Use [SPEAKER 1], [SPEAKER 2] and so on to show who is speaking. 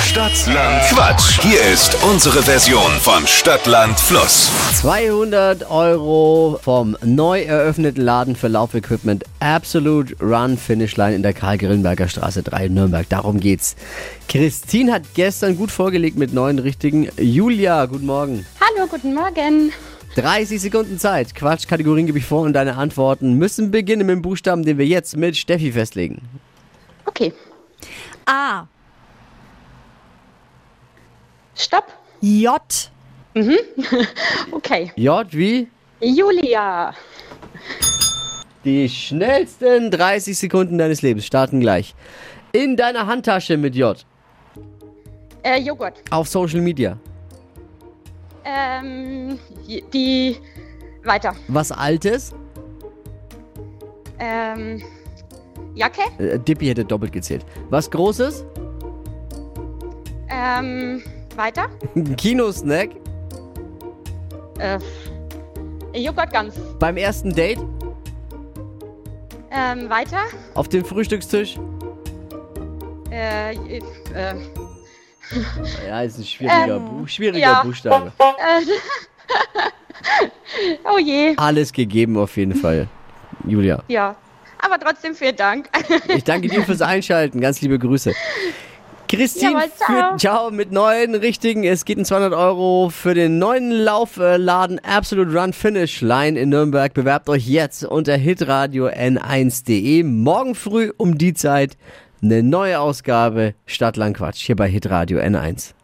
[SPEAKER 1] Stadtland Quatsch. Hier ist unsere Version von Stadtland Fluss.
[SPEAKER 2] 200 Euro vom neu eröffneten Laden für Laufequipment Absolute Run Finish Line in der Karl-Grillenberger Straße 3 in Nürnberg. Darum geht's. Christine hat gestern gut vorgelegt mit neun richtigen. Julia, guten Morgen.
[SPEAKER 3] Hallo, guten Morgen.
[SPEAKER 2] 30 Sekunden Zeit. Quatsch, Kategorien gebe ich vor und deine Antworten müssen beginnen mit dem Buchstaben, den wir jetzt mit Steffi festlegen.
[SPEAKER 3] Okay,
[SPEAKER 4] A.
[SPEAKER 3] stopp.
[SPEAKER 4] J.
[SPEAKER 3] Okay.
[SPEAKER 2] J wie?
[SPEAKER 3] Julia.
[SPEAKER 2] Die schnellsten 30 Sekunden deines Lebens starten gleich. In deiner Handtasche mit J.
[SPEAKER 3] Äh, Joghurt.
[SPEAKER 2] Auf Social Media.
[SPEAKER 3] Ähm, die- die. Weiter.
[SPEAKER 2] Was Altes?
[SPEAKER 3] Ähm, Jacke.
[SPEAKER 2] Äh, Dippy hätte doppelt gezählt. Was Großes?
[SPEAKER 3] Ähm, weiter.
[SPEAKER 2] Ein Kinosnack?
[SPEAKER 3] Äh, Joghurt ganz.
[SPEAKER 2] Beim ersten Date?
[SPEAKER 3] Ähm, weiter.
[SPEAKER 2] Auf dem Frühstückstisch?
[SPEAKER 3] Äh, äh,
[SPEAKER 2] Ja, ist ein schwieriger, Bu schwieriger
[SPEAKER 3] ja.
[SPEAKER 2] Buchstabe.
[SPEAKER 3] oh je.
[SPEAKER 2] Alles gegeben auf jeden Fall. Julia.
[SPEAKER 3] Ja. Aber trotzdem vielen Dank.
[SPEAKER 2] Ich danke dir fürs Einschalten. Ganz liebe Grüße. Christine
[SPEAKER 3] Jawohl, ciao.
[SPEAKER 2] führt ciao mit neun richtigen. Es geht um 200 Euro für den neuen Laufladen Absolute Run Finish Line in Nürnberg. Bewerbt euch jetzt unter hitradio n1.de. Morgen früh um die Zeit eine neue Ausgabe Stadtlandquatsch hier bei hitradio n1.